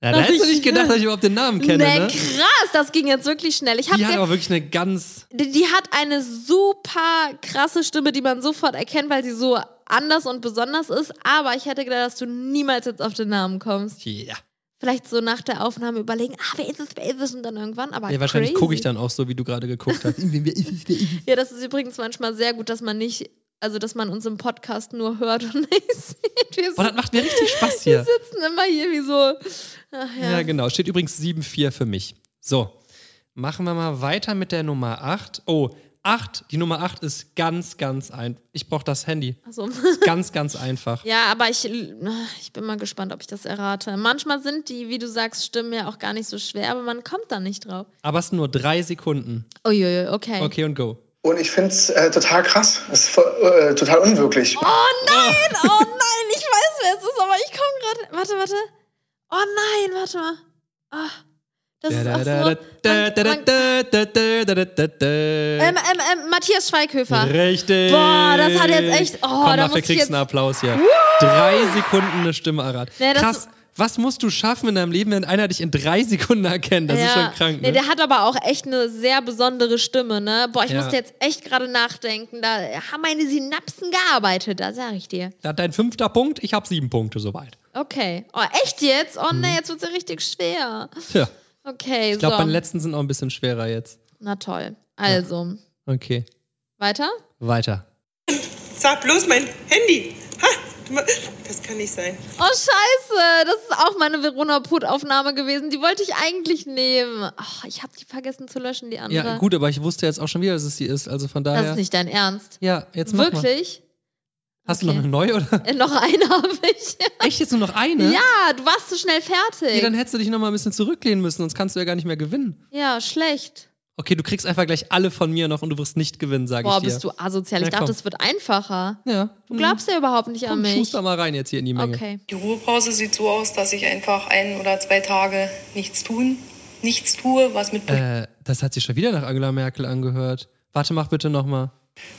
B: da
A: dass
B: hättest du
A: ich-
B: nicht gedacht, dass ich überhaupt den Namen kenne,
A: nee,
B: ne?
A: krass, das ging jetzt wirklich schnell. Ich hab
B: Die hat
A: ge-
B: aber wirklich eine ganz.
A: die, die hat eine super krasse Stimme, die man sofort erkennt, weil sie so anders und besonders ist. Aber ich hätte gedacht, dass du niemals jetzt auf den Namen kommst.
B: Ja.
A: Vielleicht so nach der Aufnahme überlegen, ah, wer ist es, wer ist es und dann irgendwann. Aber
B: ja wahrscheinlich
A: crazy.
B: gucke ich dann auch so, wie du gerade geguckt hast.
A: Ja, das ist übrigens manchmal sehr gut, dass man nicht, also dass man uns im Podcast nur hört und nicht sieht. Wir
B: Boah, Oh, das macht mir richtig Spaß
A: Wir
B: hier.
A: sitzen immer hier wie so. Ach ja.
B: Ja, genau. Steht übrigens 7-4 für mich. So, machen wir mal weiter mit der Nummer 8. Oh, 8. Die Nummer 8 ist ganz, ganz einfach. Ich brauche das Handy.
A: Ach so.
B: Ist ganz, ganz einfach.
A: Ja, aber ich, ich bin mal gespannt, ob ich das errate. Manchmal sind die, wie du sagst, Stimmen ja auch gar nicht so schwer, aber man kommt da nicht drauf.
B: Aber es sind nur drei Sekunden.
A: Uiuiui, okay.
B: Okay, und go.
Q: Und ich finde es äh, total krass. Es ist voll, äh, total unwirklich.
A: Oh nein, oh nein, ich weiß, wer es ist, aber ich komme gerade. Warte, warte. Oh nein, warte mal. Ah, das ist auch so. Ähm, ähm, ähm, Matthias Schweighöfer.
B: Richtig.
A: Boah, das hat jetzt echt- oh,
B: Komm,
A: da
B: dafür
A: muss ich
B: kriegst
A: jetzt-
B: einen Applaus hier.
A: Woo!
B: Drei Sekunden eine Stimme erraten.
A: Nee, das-
B: Krass. Was musst du schaffen in deinem Leben, wenn einer dich in drei Sekunden erkennt? Das ist
A: Ja.
B: schon krank.
A: Nee,
B: Ne?
A: der hat aber auch echt eine sehr besondere Stimme, ne? Boah, ich
B: Ja.
A: musste jetzt echt gerade nachdenken. Da haben meine Synapsen gearbeitet, da sag ich dir.
B: Da hat dein fünfter Punkt, ich habe sieben Punkte soweit.
A: Okay. Oh, echt jetzt? Oh ne, jetzt wird's ja richtig schwer.
B: Tja,
A: Okay,
B: Mhm. ich glaube,
A: so.
B: meine letzten sind auch ein bisschen schwerer jetzt.
A: Na toll. Also,
B: Okay,
A: weiter?
B: weiter.
P: sag bloß mein Handy. Ha, du ma- das kann nicht sein.
A: Oh, scheiße. Das ist auch meine Verona Put-Aufnahme gewesen. Die wollte ich eigentlich nehmen. Ach, ich habe die vergessen zu löschen, die andere.
B: Ja, gut, aber ich wusste jetzt auch schon wieder, dass es sie ist. Also von daher.
A: Das ist nicht dein Ernst.
B: Ja, jetzt mach mal.
A: Wirklich?
B: Hast du noch eine neue oder?
A: Äh, noch eine habe ich.
B: Echt jetzt nur noch eine?
A: Ja, du warst zu schnell fertig.
B: Ja, dann hättest du dich noch mal ein bisschen zurücklehnen müssen, sonst kannst du ja gar nicht mehr gewinnen.
A: Ja, schlecht.
B: Okay, du kriegst einfach gleich alle von mir noch und du wirst nicht gewinnen, sage ich dir.
A: Boah, bist du asozial. Ich
B: Na,
A: dachte,
B: komm.
A: es wird einfacher.
B: Ja. Mhm.
A: Du glaubst ja überhaupt nicht an
B: Komm,
A: mich.
B: schuster mal rein jetzt hier in die Menge.
A: Okay.
R: Die Ruhepause sieht so aus, dass ich einfach ein oder zwei Tage nichts tun, nichts tue, was mit
B: Äh, das hat sich schon wieder nach Angela Merkel angehört. Warte, mach bitte noch mal.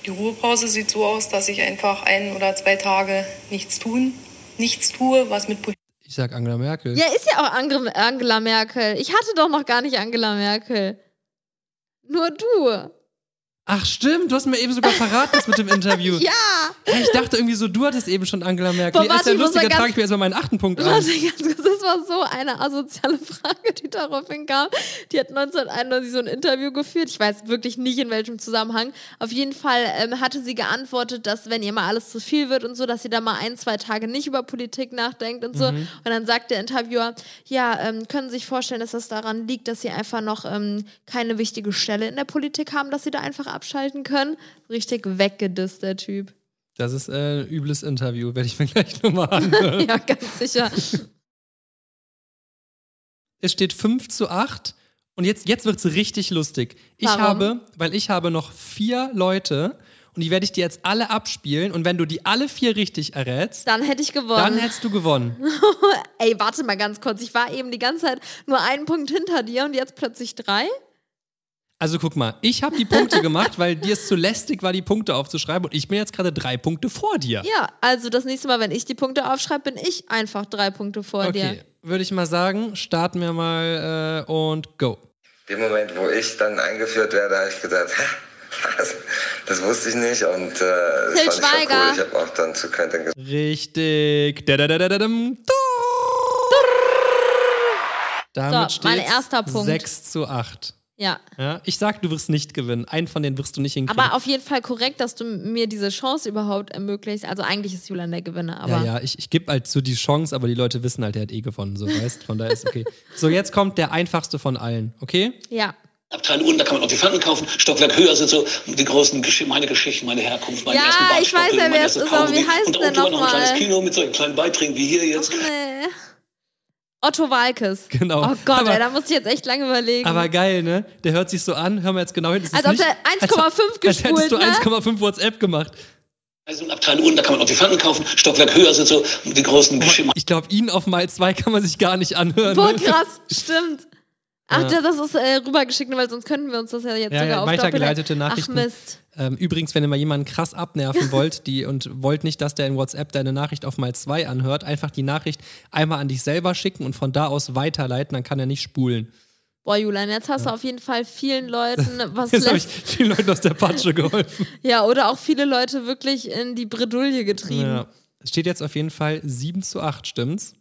R: Die Ruhepause sieht so aus, dass ich einfach ein oder zwei Tage nichts tun, nichts tue, was mit
B: Ich sag Angela Merkel.
A: Ja, ist ja auch Angre Angela Merkel. Ich hatte doch noch gar nicht Angela Merkel. Nur du.
B: Ach stimmt, du hast mir eben sogar verraten, das mit dem Interview.
A: Ja.
B: Hey, ich dachte irgendwie so, du hattest eben schon Angela Merkel.
A: Boah,
B: Nee, ist
A: warte,
B: ja
A: ich muss
B: lustiger,
A: mal ganz-
B: trage ich mir erstmal meinen achten Punkt an.
A: Warte, ganz kurz, das war so eine asoziale Frage, die daraufhin kam. Die hat 1991 so ein Interview geführt. Ich weiß wirklich nicht, in welchem Zusammenhang. Auf jeden Fall ähm, hatte sie geantwortet, dass wenn ihr mal alles zu viel wird und so, dass sie da mal ein, zwei Tage nicht über Politik nachdenkt und so.
S: Mhm.
A: Und dann sagt der Interviewer, ja, ähm, können Sie sich vorstellen, dass das daran liegt, dass Sie einfach noch ähm, keine wichtige Stelle in der Politik haben, dass Sie da einfach abschalten können? Richtig weggedisst, der Typ.
B: Das ist äh, ein übles Interview, werde ich mir gleich nochmal anhören.
A: ja, ganz sicher.
B: Es steht 5 zu 8 und jetzt, jetzt wird es richtig lustig. Ich
A: Warum?
B: habe, weil ich habe noch vier Leute und die werde ich dir jetzt alle abspielen und wenn du die alle vier richtig errätst,
A: Dann hätte ich gewonnen.
B: dann hättest du gewonnen.
A: Ey, warte mal ganz kurz. Ich war eben die ganze Zeit nur einen Punkt hinter dir und jetzt plötzlich drei?
B: Also guck mal, ich habe die Punkte gemacht, weil dir es zu lästig war, die Punkte aufzuschreiben und ich bin jetzt gerade drei Punkte vor dir.
A: Ja, also das nächste Mal, wenn ich die Punkte aufschreibe, bin ich einfach drei Punkte vor
B: Okay,
A: dir.
B: würde ich mal sagen, starten wir mal äh, und go.
T: dem Moment, wo ich dann eingeführt werde, habe ich gedacht, das, das wusste ich nicht und äh, das
A: Til
T: fand ich voll
A: Schweiger.
T: cool. Ich habe auch dann zu Quentin gesagt,
B: Richtig. Da, da, da, da, da, dum. Damit
A: So, mein
B: steht's
A: erster Punkt.
B: 6 zu 8.
A: Ja.
B: Ja, ich sag, du wirst nicht gewinnen. Einen von denen wirst du nicht hinkriegen.
A: Aber auf jeden Fall korrekt, dass du mir diese Chance überhaupt ermöglicht. Also eigentlich ist Julian der Gewinner, aber.
B: ja, ja, ich, ich gebe halt so die Chance, aber die Leute wissen halt, der hat eh gewonnen, so weißt. Von daher ist okay. So, jetzt kommt der einfachste von allen, okay?
A: ja.
U: Abteile unten, da kann man Antifanten kaufen. Stockwerk höher sind so die großen Gesch meine Geschichten, meine Herkunft, meine
A: Ja,
U: ersten
A: ich
U: Bartstoppeln,
A: weiß ja,
U: meine
A: wer
U: ersten
A: es ist, aber wie
U: Kaugummi.
A: heißt
U: Und
A: der
U: da oben drüber noch ein
A: nochmal?
U: kleines Kino mit solchen kleinen Beiträgen wie hier jetzt.
A: Nee. Otto Walkes.
B: Genau.
A: Oh Gott,
B: Aber-
A: ey, da musste ich jetzt echt lange überlegen.
B: Aber geil, ne? Der hört sich so an, hör mal jetzt genau hin. Es ist
A: Als ob
B: nicht-
A: der 1,5
B: als, als hättest
A: gespult,
B: du
A: ne?
B: 1,5 WhatsApp gemacht.
U: Also Abteile unten, da kann man Antifanten kaufen. Stockwerk höher sind so die großen Gesch
B: Ich glaube, ihn auf Mal 2 kann man sich gar nicht anhören.
A: Boah,
B: ne?
A: krass, stimmt. Ach,
B: Ja.
A: das ist äh, rübergeschickt, weil sonst könnten wir uns das ja jetzt
B: Ja,
A: sogar
B: ja,
A: auf
B: weitergeleitete
A: Doppel-
B: Nachrichten.
A: Ach Mist.
B: Ähm, übrigens, wenn ihr mal jemanden krass abnerven wollt die, und wollt nicht, dass der in WhatsApp deine Nachricht auf mal zwei anhört, einfach die Nachricht einmal an dich selber schicken und von da aus weiterleiten, dann kann er nicht spulen.
A: Boah, Julian, jetzt hast du auf jeden Fall vielen Leuten was
B: Jetzt habe ich
A: lässt.
B: vielen Leuten aus der Patsche geholfen.
A: Ja, oder auch viele Leute wirklich in die Bredouille getrieben.
B: Ja. Es steht jetzt auf jeden Fall 7 zu 8, stimmt's?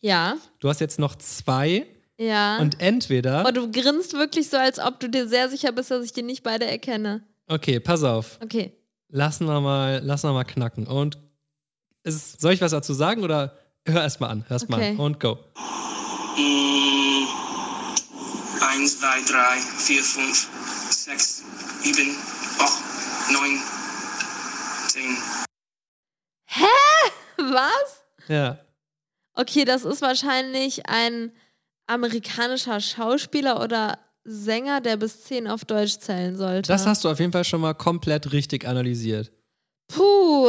A: Ja.
B: Du hast jetzt noch zwei
A: Ja.
B: und entweder.
A: Aber du grinst wirklich so, als ob du dir sehr sicher bist, dass ich die nicht beide erkenne.
B: Okay, pass auf.
A: Okay.
B: Lassen wir mal, lassen wir mal knacken. Und es ist, soll ich was dazu sagen oder hör erst mal an? Hör erst mal an
V: Okay.
B: und go.
V: 1, 2, 3, 4, 5, 6, 7, 8, 9, 10.
A: Hä? Was?
B: Ja.
A: Okay, das ist wahrscheinlich ein amerikanischer Schauspieler oder Sänger, der bis 10 auf Deutsch zählen sollte.
B: Das hast du auf jeden Fall schon mal komplett richtig analysiert.
A: Puh,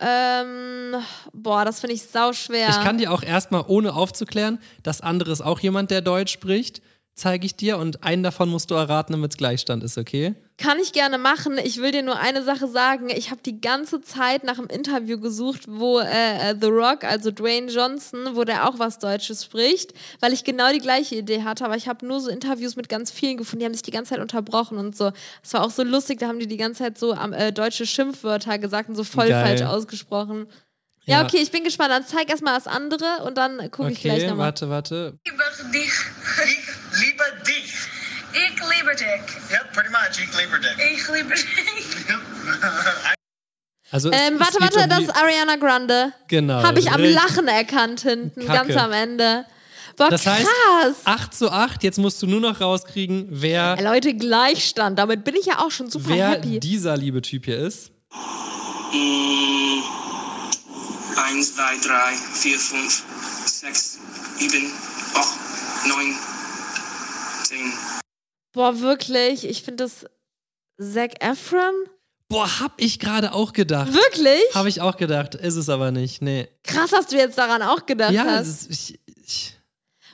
A: ähm, boah, das finde ich sauschwer.
B: Ich kann dir auch erstmal, ohne aufzuklären, das andere ist auch jemand, der Deutsch spricht, zeige ich dir und einen davon musst du erraten, damit es Gleichstand ist, okay?
A: Kann ich gerne machen. Ich will dir nur eine Sache sagen. Ich habe die ganze Zeit nach einem Interview gesucht, wo äh, äh, The Rock, also Dwayne Johnson, wo der auch was Deutsches spricht, weil ich genau die gleiche Idee hatte. Aber ich habe nur so Interviews mit ganz vielen gefunden, die haben sich die ganze Zeit unterbrochen und so. Es war auch so lustig, da haben die die ganze Zeit so am- äh, deutsche Schimpfwörter gesagt und so voll
B: Geil.
A: falsch ausgesprochen. Ja,
B: Ja.
A: okay, ich bin gespannt. Dann zeig erstmal das andere und dann gucke ich gleich
B: Okay,
A: nochmal.
B: warte, warte.
W: Lieber dich. Ich liebe dich. Ich liebe dich. Yep, pretty much. Ich liebe dich. Ich liebe dich.
B: Also es,
A: Ähm,
B: es
A: warte,
B: geht
A: warte,
B: um
A: das
B: die-
A: ist Ariana Grande.
B: Genau.
A: Habe ich am
B: richtig.
A: Lachen erkannt hinten,
B: Kacke.
A: ganz am Ende. Boah,
B: Das heißt,
A: krass.
B: 8 zu 8, jetzt musst du nur noch rauskriegen, wer,
A: Leute, Gleichstand. Damit bin ich ja auch schon super
B: wer
A: happy.
B: dieser liebe Typ hier ist.
E: Äh,
V: 1, 2, 3, 4, 5, 6, 7, 8, 9, 10.
A: Boah, wirklich. Ich finde das Zac Efron.
B: Boah, hab ich gerade auch gedacht.
A: Wirklich?
B: Habe ich auch gedacht, ist es aber nicht, nee.
A: Krass, dass du jetzt daran auch gedacht
B: Ja,
A: hast.
B: es ist, ich, ich,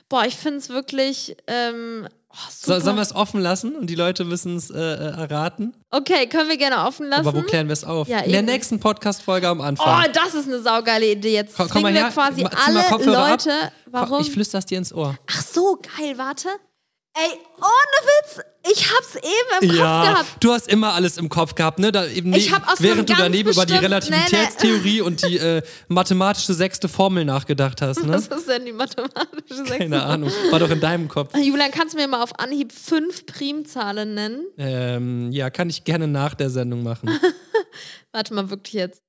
A: Boah, ich finde es wirklich. Ähm, oh,
B: so,
A: super.
B: sollen wir es offen lassen und die Leute müssen es äh, äh, erraten?
A: okay, können wir gerne offen lassen.
B: Aber wo klären wir es auf?
A: Ja,
B: In der
A: eben.
B: nächsten Podcast-Folge am
A: Oh,
B: Anfang.
A: das ist eine saugeile Idee. Jetzt
B: Komm- komm mal
A: zwingen wir
B: her,
A: quasi
B: ma- zieh mal
A: alle
B: Kopfhörer ab.
A: Leute. Warum?
B: Ich flüster es dir ins Ohr.
A: Ach so, geil, warte. Ey, ohne Witz, ich hab's eben im
B: ja,
A: Kopf gehabt.
B: du hast immer alles im Kopf gehabt, ne? Da, eben,
A: Ich hab aus einem
B: während du
A: ganz
B: daneben über die
A: bestimmten-
B: Relativitätstheorie
A: Nee, nee.
B: und die äh, mathematische sechste Formel nachgedacht hast, ne?
A: Was ist denn die mathematische Sechs?
B: Keine Ahnung, war doch in deinem Kopf.
A: Julian, kannst du mir mal auf Anhieb fünf Primzahlen nennen?
B: Ähm, ja, kann ich gerne nach der Sendung machen.
A: Warte mal, wirklich jetzt.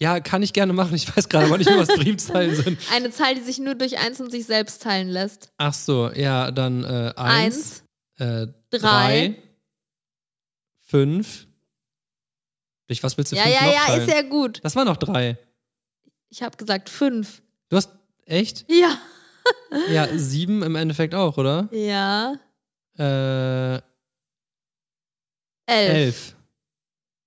B: Ja, kann ich gerne machen. Ich weiß gerade aber nicht mehr, was Primzahlen sind.
A: Eine Zahl, die sich nur durch eins und sich selbst teilen lässt.
B: Ach so, ja, dann äh, eins, äh,
A: Drei.
B: drei, fünf. Durch was willst du
A: Ja,
B: fünf
A: ja,
B: noch
A: ja,
B: teilen?
A: ist ja gut.
B: Das waren noch drei.
A: Ich habe gesagt fünf.
B: Du hast echt?
A: Ja.
B: Ja, sieben im Endeffekt auch, oder?
A: Ja.
B: Äh,
A: Elf.
B: elf.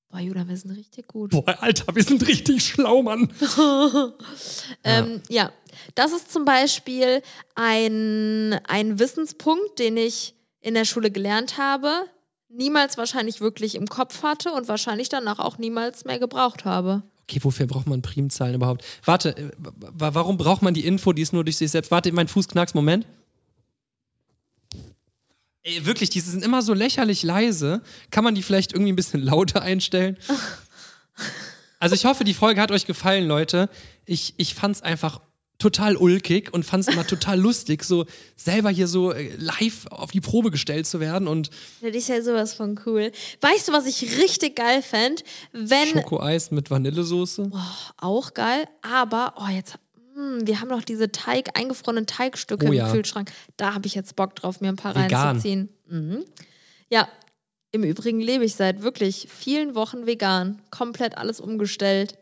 A: Boah, Julian, wir sind richtig gut.
B: Boah, Alter, wir sind richtig schlau, Mann.
A: ähm, ja, das ist zum Beispiel ein, ein Wissenspunkt, den ich in der Schule gelernt habe, niemals wahrscheinlich wirklich im Kopf hatte und wahrscheinlich danach auch niemals mehr gebraucht habe.
B: Okay, wofür braucht man Primzahlen überhaupt? Warte, äh, wa- warum braucht man die Info, die ist nur durch sich selbst? Warte, mein Fuß knackst, Moment. Ey, wirklich, die sind immer so lächerlich leise. Kann man die vielleicht irgendwie ein bisschen lauter einstellen? Also ich hoffe, die Folge hat euch gefallen, Leute. Ich, ich fand's einfach total ulkig und fand's immer total lustig, so selber hier so äh, live auf die Probe gestellt zu werden und
A: Das ist ja sowas von cool. Weißt du, was ich richtig geil fänd? Wenn
B: Schokoeis mit Vanillesoße.
A: auch geil, aber oh jetzt hm, wir haben noch diese Teig eingefrorenen Teigstücke
B: Oh ja.
A: im Kühlschrank. Da habe ich jetzt Bock drauf, mir ein paar
B: Vegan.
A: reinzuziehen. Mhm. Ja, im Übrigen lebe ich seit wirklich vielen Wochen vegan, komplett alles umgestellt.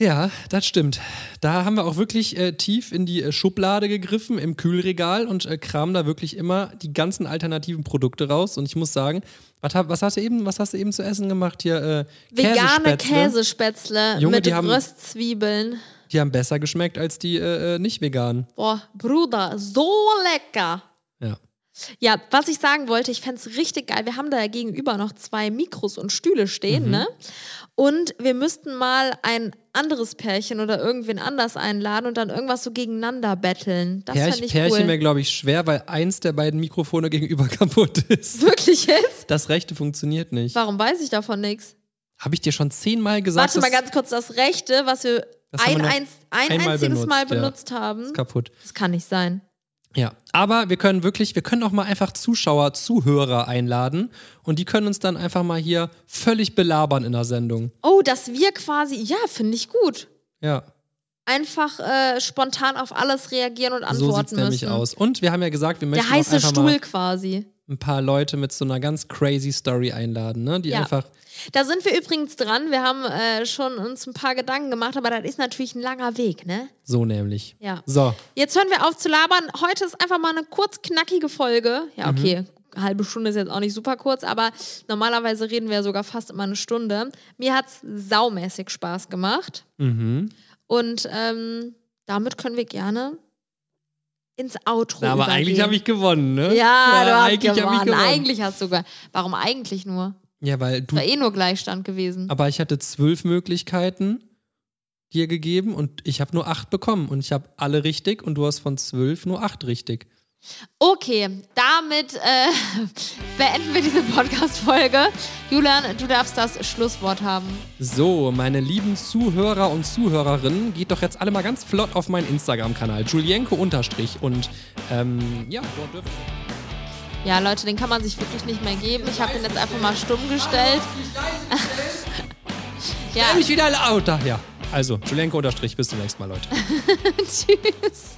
B: Ja, das stimmt. Da haben wir auch wirklich äh, tief in die äh, Schublade gegriffen im Kühlregal und äh, kramen da wirklich immer die ganzen alternativen Produkte raus. Und ich muss sagen, was, hab- was hast du eben, was hast du eben zu essen gemacht hier? Äh,
A: Vegane
B: Käsespätzle.
A: Käsespätzle
B: Junge,
A: mit
B: die haben-
A: Röstzwiebeln.
B: Die haben besser geschmeckt als die äh, äh, nicht veganen.
A: Boah, Bruder, so lecker.
B: Ja.
A: Ja, was ich sagen wollte, ich fänd's richtig geil. Wir haben da ja gegenüber noch zwei Mikros und Stühle stehen,
D: Mhm.
A: ne? Und wir müssten mal ein anderes Pärchen oder irgendwen anders einladen und dann irgendwas so gegeneinander betteln. Das
B: Pärch,
A: fänd ich
B: Pärchen wäre,
A: cool.
B: glaube ich, schwer, weil eins der beiden Mikrofone gegenüber kaputt ist.
A: Wirklich jetzt?
B: Das rechte funktioniert nicht.
A: Warum weiß ich davon nichts?
B: Habe ich dir schon zehnmal gesagt,
A: Warte mal
B: dass-
A: ganz kurz, das Rechte, was wir
B: Das haben
A: ein,
B: wir noch
A: einz- ein
B: einmal
A: einziges Mal
B: benutzt, ja.
A: benutzt haben.
B: ist kaputt.
A: Das kann nicht sein.
B: Ja, aber wir können wirklich, wir können auch mal einfach Zuschauer, Zuhörer einladen und die können uns dann einfach mal hier völlig belabern in der Sendung.
A: Oh, dass wir quasi, ja, finde ich gut.
B: Ja,
A: Einfach äh, spontan auf alles reagieren und antworten
B: so sieht's
A: müssen.
B: nämlich aus. Und wir haben ja gesagt, wir möchten
A: Der
B: auch
A: heiße
B: einfach
A: Stuhl
B: mal
A: quasi.
B: ein paar Leute mit so einer ganz crazy Story einladen, ne? Die
A: Ja.
B: einfach
A: Da sind wir übrigens dran. Wir haben äh, schon uns ein paar Gedanken gemacht, aber das ist natürlich ein langer Weg, ne?
B: so nämlich.
A: Ja.
B: So,
A: Jetzt hören wir auf zu labern. Heute ist einfach mal eine kurz knackige Folge. Ja,
B: Mhm.
A: okay. Halbe Stunde ist jetzt auch nicht super kurz, aber normalerweise reden wir sogar fast immer eine Stunde. Mir hat's saumäßig Spaß gemacht
B: mhm.
A: und ähm, damit können wir gerne ins Outro
B: Na, aber eigentlich
A: übergehen.
B: habe ich gewonnen, ne?
A: ja, du hast
B: eigentlich
A: gewonnen.
B: habe ich gewonnen.
A: Eigentlich hast du gewonnen. Warum eigentlich nur?
B: Ja, weil
A: Es
B: du
A: war eh nur Gleichstand gewesen.
B: aber ich hatte zwölf Möglichkeiten dir gegeben und ich habe nur acht bekommen und ich habe alle richtig und du hast von zwölf nur acht richtig.
A: Okay, damit äh, beenden wir diese Podcast-Folge. Julian, du darfst das Schlusswort haben.
B: So, meine lieben Zuhörer und Zuhörerinnen, geht doch jetzt alle mal ganz flott auf meinen Instagram-Kanal, Julienko unterstrich und ähm, ja, dort dürfen
A: Ja, Leute, den kann man sich wirklich nicht mehr geben. Ich habe den jetzt einfach mal stumm gestellt. ja.
B: oh, Nämlich wieder lauter, ja. Also, Julienko unterstrich, bis zum nächsten Mal, Leute.
A: Tschüss.